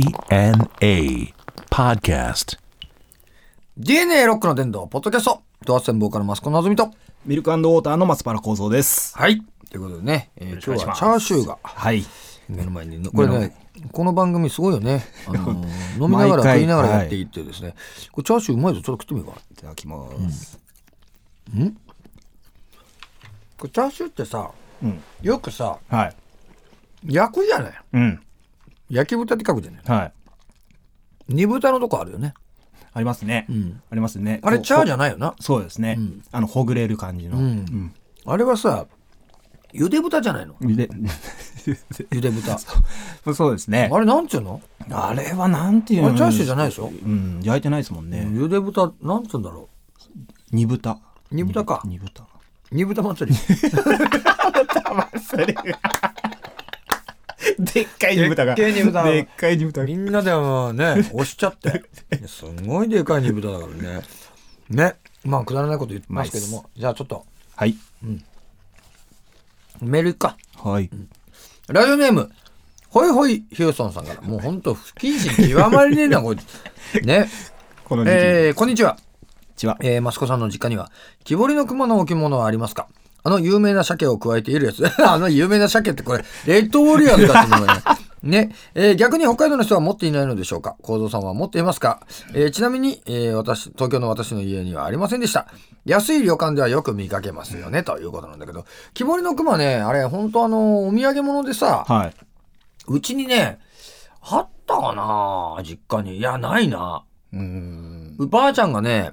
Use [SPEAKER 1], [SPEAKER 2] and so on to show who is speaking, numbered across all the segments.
[SPEAKER 1] DNA Podcast.
[SPEAKER 2] DNA ロックの伝道、ポッドキャスト、ドアセンボーカルマスコのぞみと。
[SPEAKER 3] ミルクウォーターの松原幸三です。
[SPEAKER 2] はい。ということでね、えー
[SPEAKER 3] ろ
[SPEAKER 2] 今日
[SPEAKER 3] しくお願
[SPEAKER 2] はい
[SPEAKER 3] します
[SPEAKER 2] チャーシューが
[SPEAKER 3] はい。
[SPEAKER 2] 目の前に、これ
[SPEAKER 3] 目の
[SPEAKER 2] ね、この番組すごいよね。あのー 飲みながら
[SPEAKER 3] 毎回
[SPEAKER 2] 食いながらやっていってですね、これチャーシューうまいぞ、ちょっと食ってみようか。
[SPEAKER 3] いただきます。
[SPEAKER 2] これチャーシューってさ、
[SPEAKER 3] うん
[SPEAKER 2] よくさ、
[SPEAKER 3] はい。
[SPEAKER 2] 焼くじゃない
[SPEAKER 3] うん。
[SPEAKER 2] 焼き豚って書くじゃない
[SPEAKER 3] はい。
[SPEAKER 2] 煮豚のとこあるよね。
[SPEAKER 3] ありますね。
[SPEAKER 2] ん
[SPEAKER 3] ありますね。
[SPEAKER 2] あれチャーじ
[SPEAKER 3] ゃ
[SPEAKER 2] ゃないよな。。
[SPEAKER 3] そうですね。あの、ほぐれる感じの。うん
[SPEAKER 2] あれはさ、ゆで豚じゃないの
[SPEAKER 3] で
[SPEAKER 2] ゆで豚。
[SPEAKER 3] そうですね。
[SPEAKER 2] あれなんつうの
[SPEAKER 3] あれはなんていう
[SPEAKER 2] あ
[SPEAKER 3] の
[SPEAKER 2] れチャーシューじゃないでしょ、
[SPEAKER 3] うん。焼いてないですもんね。
[SPEAKER 2] ゆで豚、なんつうんだろ
[SPEAKER 3] 煮豚。
[SPEAKER 2] う。煮豚か。
[SPEAKER 3] 煮豚。
[SPEAKER 2] 煮豚祭り。
[SPEAKER 3] でっかい
[SPEAKER 2] 煮豚がでっかい煮豚でっ
[SPEAKER 3] かい煮豚
[SPEAKER 2] みんなでもね、押しちゃって。すごいでかい煮豚だからね。ね。まあ、くだらないこと言ってますけども。じゃあちょっと、
[SPEAKER 3] はい。
[SPEAKER 2] メールいっか。
[SPEAKER 3] はい。
[SPEAKER 2] ラジオネーム、ホイホイヒューソンさんから。もうほんと、不謹慎極まりねえな、こいつ。ね。
[SPEAKER 3] この時期
[SPEAKER 2] え ー、こんにちは。
[SPEAKER 3] ちは。
[SPEAKER 2] えー、マスコさんの実家には、木彫りの熊の置物はありますかあの有名な鮭を加えているやつ。 あの有名な鮭ってこれ、レッドウォリアーズだってのがね。ね、えー逆に北海道の人は持っていないのでしょうか幸三さんは持っていますか、えーちなみに、えー私、東京の私の家にはありませんでした。安い旅館ではよく見かけますよね、ということなんだけど、木彫りの熊ね、あれ、本当あの、お土産物でさ、
[SPEAKER 3] はい。
[SPEAKER 2] うちにね、あったかな実家に。いや、ないな。
[SPEAKER 3] うん。
[SPEAKER 2] うばあちゃんがね、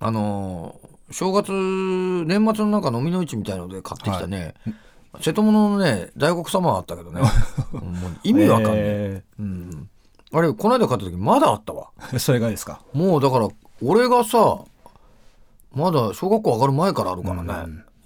[SPEAKER 2] あのー正月、年末のなんか飲みの市みたいので買ってきたね、瀬戸物のね、大黒様はあったけどね、うんもう意味わかんない、
[SPEAKER 3] え
[SPEAKER 2] うん。あれ、この間買った時まだあったわ。
[SPEAKER 3] ーそれがですか。
[SPEAKER 2] もうだから、俺がさ、まだ小学校上がる前からあるからね、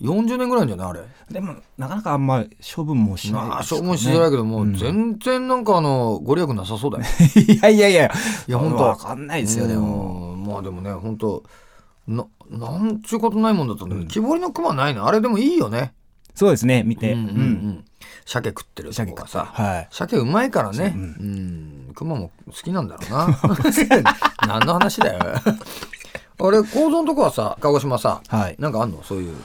[SPEAKER 2] 40年ぐらいじゃないあれ。
[SPEAKER 3] でも、なかなかあんま処分もしない
[SPEAKER 2] まあ、
[SPEAKER 3] です
[SPEAKER 2] 消
[SPEAKER 3] よね。
[SPEAKER 2] 耗しづらいけど、もう 全然なんかあの、ご利益なさそうだよ。
[SPEAKER 3] いやいやいや、
[SPEAKER 2] いや本当
[SPEAKER 3] わかんないですよ、でも。
[SPEAKER 2] うんまあでもね本当ななんちゅうことないもんだったんだけど、木彫りの熊ないのあれでもいいよね
[SPEAKER 3] そうですね、見て。
[SPEAKER 2] うんうんうん鮭食ってるとこがさ
[SPEAKER 3] はい。
[SPEAKER 2] 鮭うまいからねうん熊も好きなんだ ろうな何の話だよ あれ構造のとこはさ鹿児島さ
[SPEAKER 3] はい。
[SPEAKER 2] なんかあんのそういう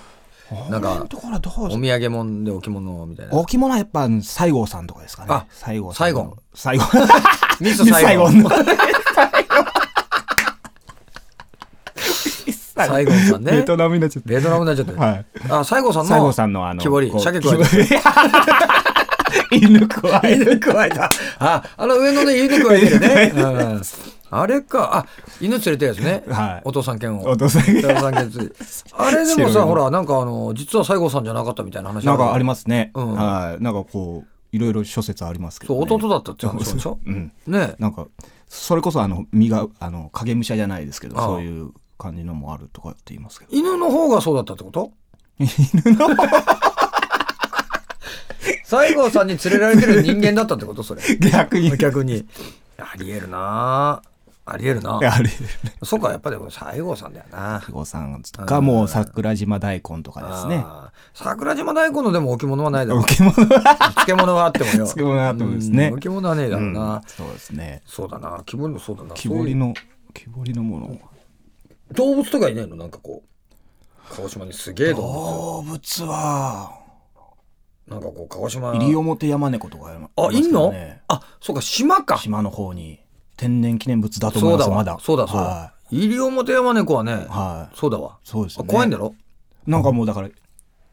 [SPEAKER 2] なん
[SPEAKER 3] この
[SPEAKER 2] か
[SPEAKER 3] ところはど
[SPEAKER 2] お
[SPEAKER 3] う
[SPEAKER 2] 土産物で置物みたいな
[SPEAKER 3] 置物はやっぱ、西郷さんとかですかね。
[SPEAKER 2] あ
[SPEAKER 3] 西郷
[SPEAKER 2] 西郷。
[SPEAKER 3] 西郷。
[SPEAKER 2] ミス
[SPEAKER 3] 西郷の。
[SPEAKER 2] 西郷さんね
[SPEAKER 3] ベトナムになっちゃった。
[SPEAKER 2] ベトナムになっちゃって
[SPEAKER 3] はい。
[SPEAKER 2] あ西郷さんの
[SPEAKER 3] 西郷さんのあの、
[SPEAKER 2] 木彫り
[SPEAKER 3] こう
[SPEAKER 2] 鮭食われ てる
[SPEAKER 3] 木彫 り犬くわえる。
[SPEAKER 2] 犬くわえた。あ、あの上野で犬くわえてる ね。うんあれか、あ、犬連れてるやつね。
[SPEAKER 3] はい
[SPEAKER 2] お父さん犬を。
[SPEAKER 3] お父さん
[SPEAKER 2] お
[SPEAKER 3] が
[SPEAKER 2] 父さん犬連れてあれでも
[SPEAKER 3] 白いの
[SPEAKER 2] さ、ほら、なんかあの、実は西郷さんじゃなかったみたいな話
[SPEAKER 3] なんかあり
[SPEAKER 2] ま
[SPEAKER 3] ますね。
[SPEAKER 2] うん
[SPEAKER 3] はい。なんかこう、いろいろ諸説ありますけど
[SPEAKER 2] そう、
[SPEAKER 3] ね。
[SPEAKER 2] 弟だったって話でしょ
[SPEAKER 3] うん。
[SPEAKER 2] ねえ
[SPEAKER 3] なんか、それこそあの、身が、あの、影武者じゃないですけど、
[SPEAKER 2] ああ
[SPEAKER 3] そういう感じのもあるとかって言いますけど。
[SPEAKER 2] 犬の方がそうだったってこと西郷さんに連れられてる人間だったってことそ れ。
[SPEAKER 3] 逆に。
[SPEAKER 2] 逆に。ありえるなありえるな
[SPEAKER 3] あれ、
[SPEAKER 2] そうか、やっぱでも西郷さんだよな。
[SPEAKER 3] 久保さんがもう桜島大根とかですね。
[SPEAKER 2] あー桜島大根のでも置物はないだろう。
[SPEAKER 3] 置物は、
[SPEAKER 2] 漬物はあってもよ。
[SPEAKER 3] 漬物はあってもですね
[SPEAKER 2] うん漬物はねえだ
[SPEAKER 3] う
[SPEAKER 2] ろうんな。
[SPEAKER 3] そうですね。
[SPEAKER 2] そうだな。木彫りもそうだな。
[SPEAKER 3] 木彫りの、木彫りのもの。
[SPEAKER 2] そういう動物とかいないのなんかこう。鹿児島にすげえ動物。
[SPEAKER 3] 動物は、
[SPEAKER 2] なんかこう、鹿児島。
[SPEAKER 3] 西表山猫とかや
[SPEAKER 2] あ、いんの
[SPEAKER 3] ね
[SPEAKER 2] あ、そうか、島か。
[SPEAKER 3] 島の方に天然記念物だと思
[SPEAKER 2] そ
[SPEAKER 3] いうま
[SPEAKER 2] だわ。
[SPEAKER 3] す、まだ。
[SPEAKER 2] そうだ、そうだ
[SPEAKER 3] は。
[SPEAKER 2] 西表山猫はね
[SPEAKER 3] い。、はい。
[SPEAKER 2] そうだわ。
[SPEAKER 3] そうです
[SPEAKER 2] あ
[SPEAKER 3] ね。
[SPEAKER 2] 怖いんだろ
[SPEAKER 3] なんかもうだから、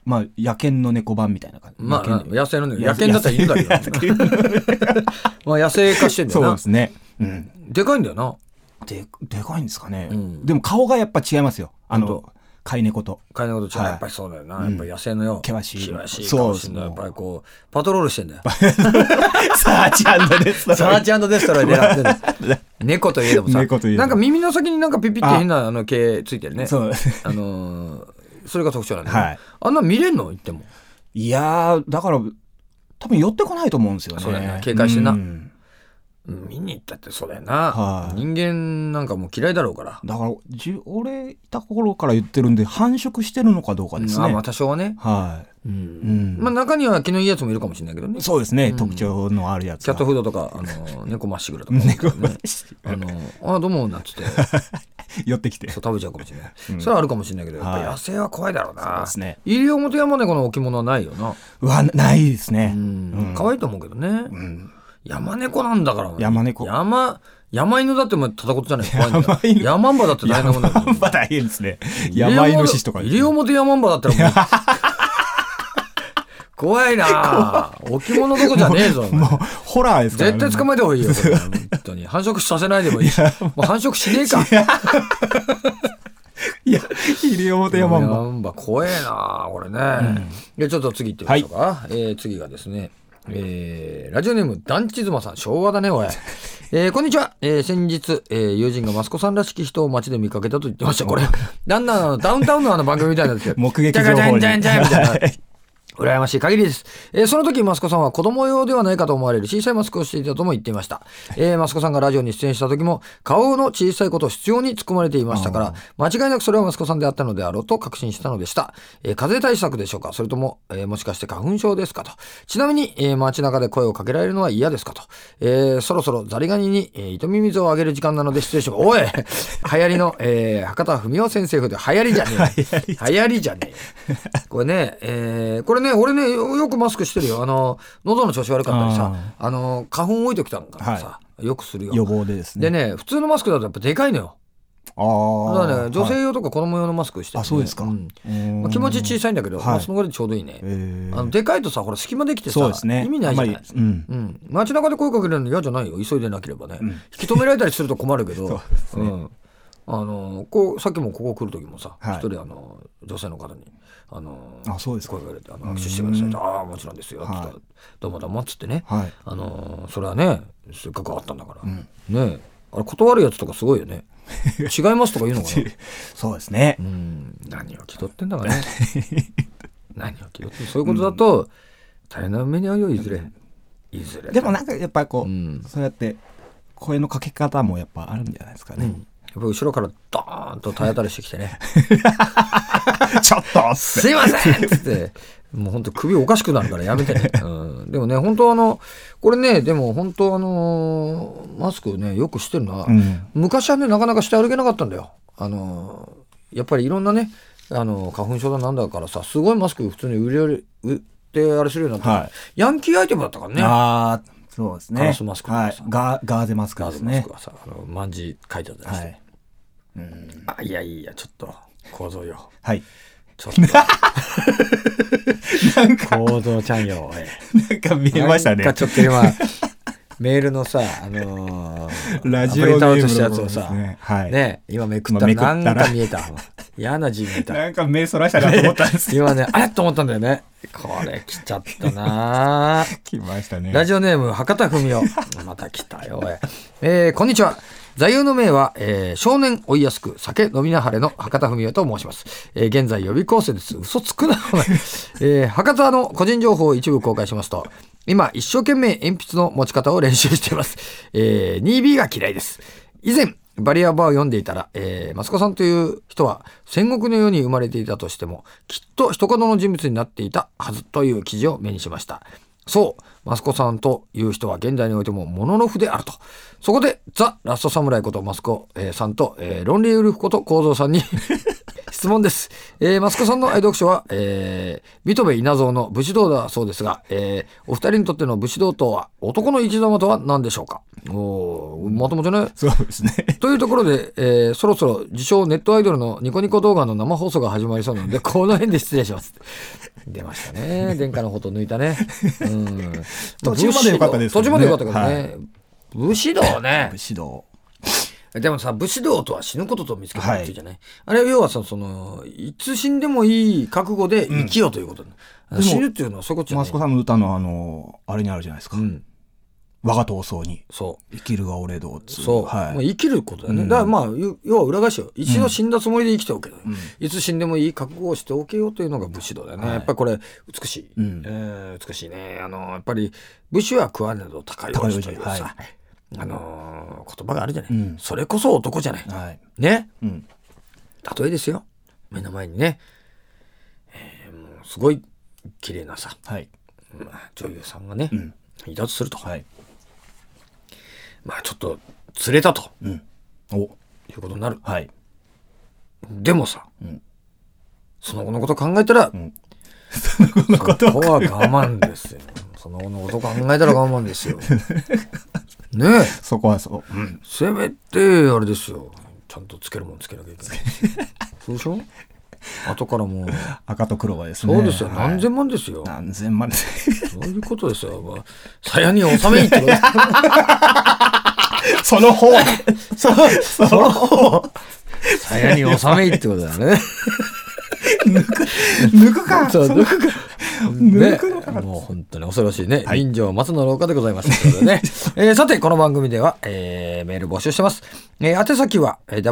[SPEAKER 3] まあ、野犬の猫版みたいな感じ。
[SPEAKER 2] まあ、
[SPEAKER 3] 野犬
[SPEAKER 2] 野生のね、野犬だったら犬だけど。
[SPEAKER 3] ど。
[SPEAKER 2] まあ、野生化してんだよ
[SPEAKER 3] そう
[SPEAKER 2] な
[SPEAKER 3] で。すね。うん。
[SPEAKER 2] でかいんだよな。
[SPEAKER 3] で、でかいんですかね。
[SPEAKER 2] うん
[SPEAKER 3] でも顔がやっぱ違いますよ。あ
[SPEAKER 2] 本当
[SPEAKER 3] の、飼い猫と。
[SPEAKER 2] 飼い猫と違う。
[SPEAKER 3] はい
[SPEAKER 2] やっぱりそうだよな。
[SPEAKER 3] う
[SPEAKER 2] や
[SPEAKER 3] ん
[SPEAKER 2] っぱ野生のよ。
[SPEAKER 3] 険しい
[SPEAKER 2] 険しい
[SPEAKER 3] そう
[SPEAKER 2] 顔してんだよ。やっぱりこう、パトロールしてんだよ。
[SPEAKER 3] サーチアンドレスト
[SPEAKER 2] サ
[SPEAKER 3] ラ
[SPEAKER 2] ー
[SPEAKER 3] ン。
[SPEAKER 2] チデストロイ狙って る。猫といえどもさ、
[SPEAKER 3] 猫といえども
[SPEAKER 2] なんか耳の先になんかピピって変なあの毛ついてるね。
[SPEAKER 3] そう。
[SPEAKER 2] あのーそれが特徴なんだよね、
[SPEAKER 3] はい
[SPEAKER 2] あんな見れんの言っても。
[SPEAKER 3] いやー、だから、多分寄ってこないと思うんですよね。
[SPEAKER 2] そうだよね警戒してな
[SPEAKER 3] うん
[SPEAKER 2] うん見に行ったってそうだよな、
[SPEAKER 3] はい
[SPEAKER 2] 人間なんかもう嫌いだろうから、
[SPEAKER 3] だからじゅ俺いた頃から言ってるんで繁殖してるのかどうかです
[SPEAKER 2] あ
[SPEAKER 3] ね、
[SPEAKER 2] まあ多少はね、
[SPEAKER 3] は
[SPEAKER 2] う
[SPEAKER 3] い、うんん
[SPEAKER 2] まあ、中には気のいいやつもいるかもしれないけどね
[SPEAKER 3] そうですね、
[SPEAKER 2] ん
[SPEAKER 3] 特徴のあるやつ
[SPEAKER 2] キャット
[SPEAKER 3] は
[SPEAKER 2] フードとかあの猫まっしぐらとか、
[SPEAKER 3] 猫ばっし
[SPEAKER 2] あのあどうもなんつって
[SPEAKER 3] 寄ってきて
[SPEAKER 2] そう食べちゃうかもしれない、それはあるかもしれないけどやっぱ
[SPEAKER 3] はい
[SPEAKER 2] 野生は怖いだろうな、
[SPEAKER 3] そうですね
[SPEAKER 2] 西表山猫の置物はないよな
[SPEAKER 3] うわないですね、
[SPEAKER 2] うん可愛いと思うけどね、山猫なんだから
[SPEAKER 3] 山猫
[SPEAKER 2] 山山犬だってもうただことじゃない怖いんだよ
[SPEAKER 3] 山犬
[SPEAKER 2] 山んばだって大変なもんだよ
[SPEAKER 3] やっぱ大変ですね 山イノシシとか
[SPEAKER 2] 西表山んばだったらもう怖いな置物どこじゃねえぞ お前
[SPEAKER 3] もうホラーですから
[SPEAKER 2] 絶対捕まえた方がいいよ。これ本当に。繁殖させないでもいいし。もう繁殖しねえか。
[SPEAKER 3] いや西表山も
[SPEAKER 2] ンバ怖えなこれね。で、ちょっと次行ってみましょうか。えー次がですね、えーラジオネーム、団地妻さん。昭和だね、 おい。えーこんにちは。えー先日、えー友人がマスコさんらしき人を街で見かけたと言ってました。これ、だんだんあのダウンタウンのあの番組みたいなんですけど。
[SPEAKER 3] 目撃情報に
[SPEAKER 2] ジャンジャンジャンジャンみたいな。羨ましい限りです。えーその時、マスコさんは子供用ではないかと思われる小さいマスクをしていたとも言っていました。えーマスコさんがラジオに出演した時も、顔の小さいことを必要に突っ込まれていましたから、間違いなくそれはマスコさんであったのであろうと確信したのでした。えー風邪対策でしょうかそれとも、えーもしかして花粉症ですかと。ちなみに、えー街中で声をかけられるのは嫌ですかと。えーそろそろザリガニに、えー糸ミミズをあげる時間なので失礼します。おい流行りの、えー博多文夫先生風で流行りじゃねえ。 流行りじゃねえ。これね、えーこれね、俺ね、よよくマスクしてるよ。あの、喉の調子悪かったりさ、あの、花粉置いときたのからさ、よくするよ。
[SPEAKER 3] 予防でです
[SPEAKER 2] で
[SPEAKER 3] ね
[SPEAKER 2] ね、普通のマスクだとやっぱでかいのよ。
[SPEAKER 3] あ
[SPEAKER 2] だ
[SPEAKER 3] あ
[SPEAKER 2] からね、女性
[SPEAKER 3] はい
[SPEAKER 2] 用とか子供用のマスクしてるね、
[SPEAKER 3] あそうですか
[SPEAKER 2] ん
[SPEAKER 3] うん
[SPEAKER 2] まあ、気持ち小さいんだけど、
[SPEAKER 3] はい
[SPEAKER 2] まあ、そのぐらいでちょうどいいね。
[SPEAKER 3] えー
[SPEAKER 2] あのでかいとさ、ほら、隙間できてさ、
[SPEAKER 3] そうですね
[SPEAKER 2] 意味ないじゃない
[SPEAKER 3] あんまりうん
[SPEAKER 2] うん、街中で声かけるの嫌じゃないよ、急いでなければね、引き止められたりすると困るけど、
[SPEAKER 3] そうですね
[SPEAKER 2] んあのこうさっきもここ来る時もさ、一、
[SPEAKER 3] はい
[SPEAKER 2] 人あの女性の方にあの
[SPEAKER 3] あそうですか
[SPEAKER 2] 声かけられてあの握手してくださいって、ああ、もちろんですよって言ったら、
[SPEAKER 3] は
[SPEAKER 2] どうもどうもっつってね、
[SPEAKER 3] はい
[SPEAKER 2] あの、それはね、せっかくあったんだから、ねえあれ、断るやつとかすごいよ ね、違いますとか言うのかな。
[SPEAKER 3] そうですね
[SPEAKER 2] うん何を気取ってんだ かね何を気取ってそういうことだと、大変な目に遭うよいずれいずれ
[SPEAKER 3] でもなんかやっぱりこう、
[SPEAKER 2] うん
[SPEAKER 3] そうやって声のかけ方もやっぱあるんじゃないですかね、
[SPEAKER 2] やっぱ後ろからドーンと体当たりしてきてね
[SPEAKER 3] ちょっと
[SPEAKER 2] 「すいません!」っつってもう本当首おかしくなるからやめて ね、うん、でもね本当あのこれねでも本当あのーマスクねよくしてるな、
[SPEAKER 3] うん
[SPEAKER 2] 昔はねなかなかして歩けなかったんだよあのーやっぱりいろんなねあのー花粉症だなんだからさすごいマスク普通に売れる売ってあれするようになった、
[SPEAKER 3] はい
[SPEAKER 2] ヤンキーアイテムだったからね
[SPEAKER 3] ああそうですね
[SPEAKER 2] ガラスマスクと
[SPEAKER 3] は
[SPEAKER 2] か
[SPEAKER 3] い
[SPEAKER 2] さ
[SPEAKER 3] ガガーゼマスク
[SPEAKER 2] ガ
[SPEAKER 3] で
[SPEAKER 2] ー
[SPEAKER 3] す
[SPEAKER 2] ドマス
[SPEAKER 3] ね
[SPEAKER 2] クはさ、あの、万字書いてあったりし
[SPEAKER 3] は
[SPEAKER 2] て、
[SPEAKER 3] い
[SPEAKER 2] あ、いやいや、ちょっと、構造よ。
[SPEAKER 3] はい
[SPEAKER 2] ちょっと。なんか、構造ちゃんよ、
[SPEAKER 3] なんか見
[SPEAKER 2] おい。
[SPEAKER 3] えましたね
[SPEAKER 2] なんかちょっと今、メールのさ、あのー、
[SPEAKER 3] ラジオネームの
[SPEAKER 2] アプリタウトしたやつをさ、
[SPEAKER 3] そうですねはい
[SPEAKER 2] ね今めくった
[SPEAKER 3] 今
[SPEAKER 2] ら
[SPEAKER 3] めくっ
[SPEAKER 2] なん
[SPEAKER 3] たら
[SPEAKER 2] か見えた。嫌な字見え た。
[SPEAKER 3] なんか目そらしたなと思ったんですけど
[SPEAKER 2] 今ね、あれと思ったんだよね。これ来ちゃったなぁ。
[SPEAKER 3] 来ましたね
[SPEAKER 2] ラジオネーム博多文夫また来たよおいえーこんにちは座右の銘は、えー少年追いやすく酒飲みなはれの博多文夫と申します、えー現在予備校生です嘘つくなお前、えー博多の個人情報を一部公開しますと今一生懸命鉛筆の持ち方を練習しています、えー 2B が嫌いです以前バリアバーを読んでいたら、えー、マスコさんという人は戦国のように生まれていたとしても、きっと一言の人物になっていたはずという記事を目にしました。そう、マスコさんという人は現代においてもモノノフであると。そこで、ザ・ラストサムライことマスコ、えーさんと、えーロンリーウルフこと構造さんに質問です。えーマスコさんの愛読書は、えー、水戸部稲造の武士道だそうですが、えーお二人にとっての武士道とは、男の生き様とは何でしょうかおーまともじゃない
[SPEAKER 3] そうですね
[SPEAKER 2] というところで、えーそろそろ自称ネットアイドルのニコニコ動画の生放送が始まりそうなので、この辺で失礼します。出ましたね。殿下のこと抜いたね。うん。
[SPEAKER 3] 途中まで良かったです
[SPEAKER 2] 途
[SPEAKER 3] けどね
[SPEAKER 2] 中まで良かったけどね。武士道ね
[SPEAKER 3] 武。士道
[SPEAKER 2] でもさ、武士道とは死ぬことと見つけたっていうじゃない、あれは要はさ、その、いつ死んでもいい覚悟で生きようということ、
[SPEAKER 3] ん
[SPEAKER 2] 死ぬっていうのはそういうことじゃ
[SPEAKER 3] マ
[SPEAKER 2] ない
[SPEAKER 3] スコさんの歌のあのあれにあるじゃないですか、
[SPEAKER 2] うん。
[SPEAKER 3] 我が闘争に
[SPEAKER 2] そう。
[SPEAKER 3] 生きるが俺どうつ
[SPEAKER 2] そう、
[SPEAKER 3] はい
[SPEAKER 2] まあ、生きることだよね、だからまあゆ要は裏返しよ一度死んだつもりで生きておけよ、いつ死んでもいい覚悟をしておけよというのが武士道だよね、やっぱりこれ美しい、えー美しいねあのやっぱり武士は食わねど高いおというさ、
[SPEAKER 3] 高いおじはい
[SPEAKER 2] あのー言葉があるじゃない、
[SPEAKER 3] うん
[SPEAKER 2] それこそ男じゃない。
[SPEAKER 3] はい。
[SPEAKER 2] ね。
[SPEAKER 3] うん。
[SPEAKER 2] 例えですよ。目の前にね、えーもうすごい綺麗なさ、
[SPEAKER 3] はい。
[SPEAKER 2] まあ、女優さんがね、
[SPEAKER 3] うん。
[SPEAKER 2] いたとすると、
[SPEAKER 3] はい。
[SPEAKER 2] まあちょっと釣れたと
[SPEAKER 3] うん。お。
[SPEAKER 2] いうことになる。
[SPEAKER 3] はい。
[SPEAKER 2] でもさ、
[SPEAKER 3] うん
[SPEAKER 2] その後のこと考えたら、
[SPEAKER 3] ん
[SPEAKER 2] その後は我慢ですよ。その後のこと考えたら我慢です よ。ねえ。
[SPEAKER 3] そこはそう。うん。
[SPEAKER 2] せめてあれですよちゃんとつけるもんつけなきゃいけないしそうでしょ後からもう
[SPEAKER 3] 赤と黒がですね。
[SPEAKER 2] そうですよ、
[SPEAKER 3] はい
[SPEAKER 2] 何千万ですよ
[SPEAKER 3] 何千万 です。
[SPEAKER 2] そういうことですよ、まあ、鞘に収めいってことです
[SPEAKER 3] その方。 そそ の方。
[SPEAKER 2] 鞘に収めいってことだよね
[SPEAKER 3] 抜くか。
[SPEAKER 2] そう
[SPEAKER 3] その
[SPEAKER 2] 抜く
[SPEAKER 3] 抜くのか
[SPEAKER 2] ね、もう本当に恐ろしいね。臨場松の廊下でございます。ということで ねえーさて、この番組では、えーメール募集してます。えー宛先は、えー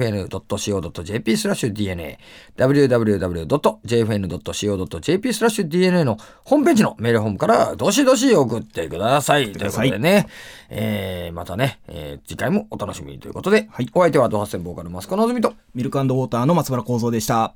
[SPEAKER 2] www.jfn.co.jp スラッシュ DNA、www.jfn.co.jp スラッシュ DNA のホームページのメールホームから、どしどし送ってください。ということでね、えーまたね、えー次回もお楽しみにということで、
[SPEAKER 3] はい
[SPEAKER 2] お相手はドハッセンボーカルマスコのぞみと、
[SPEAKER 3] ミルクウォーターの松原幸三でした。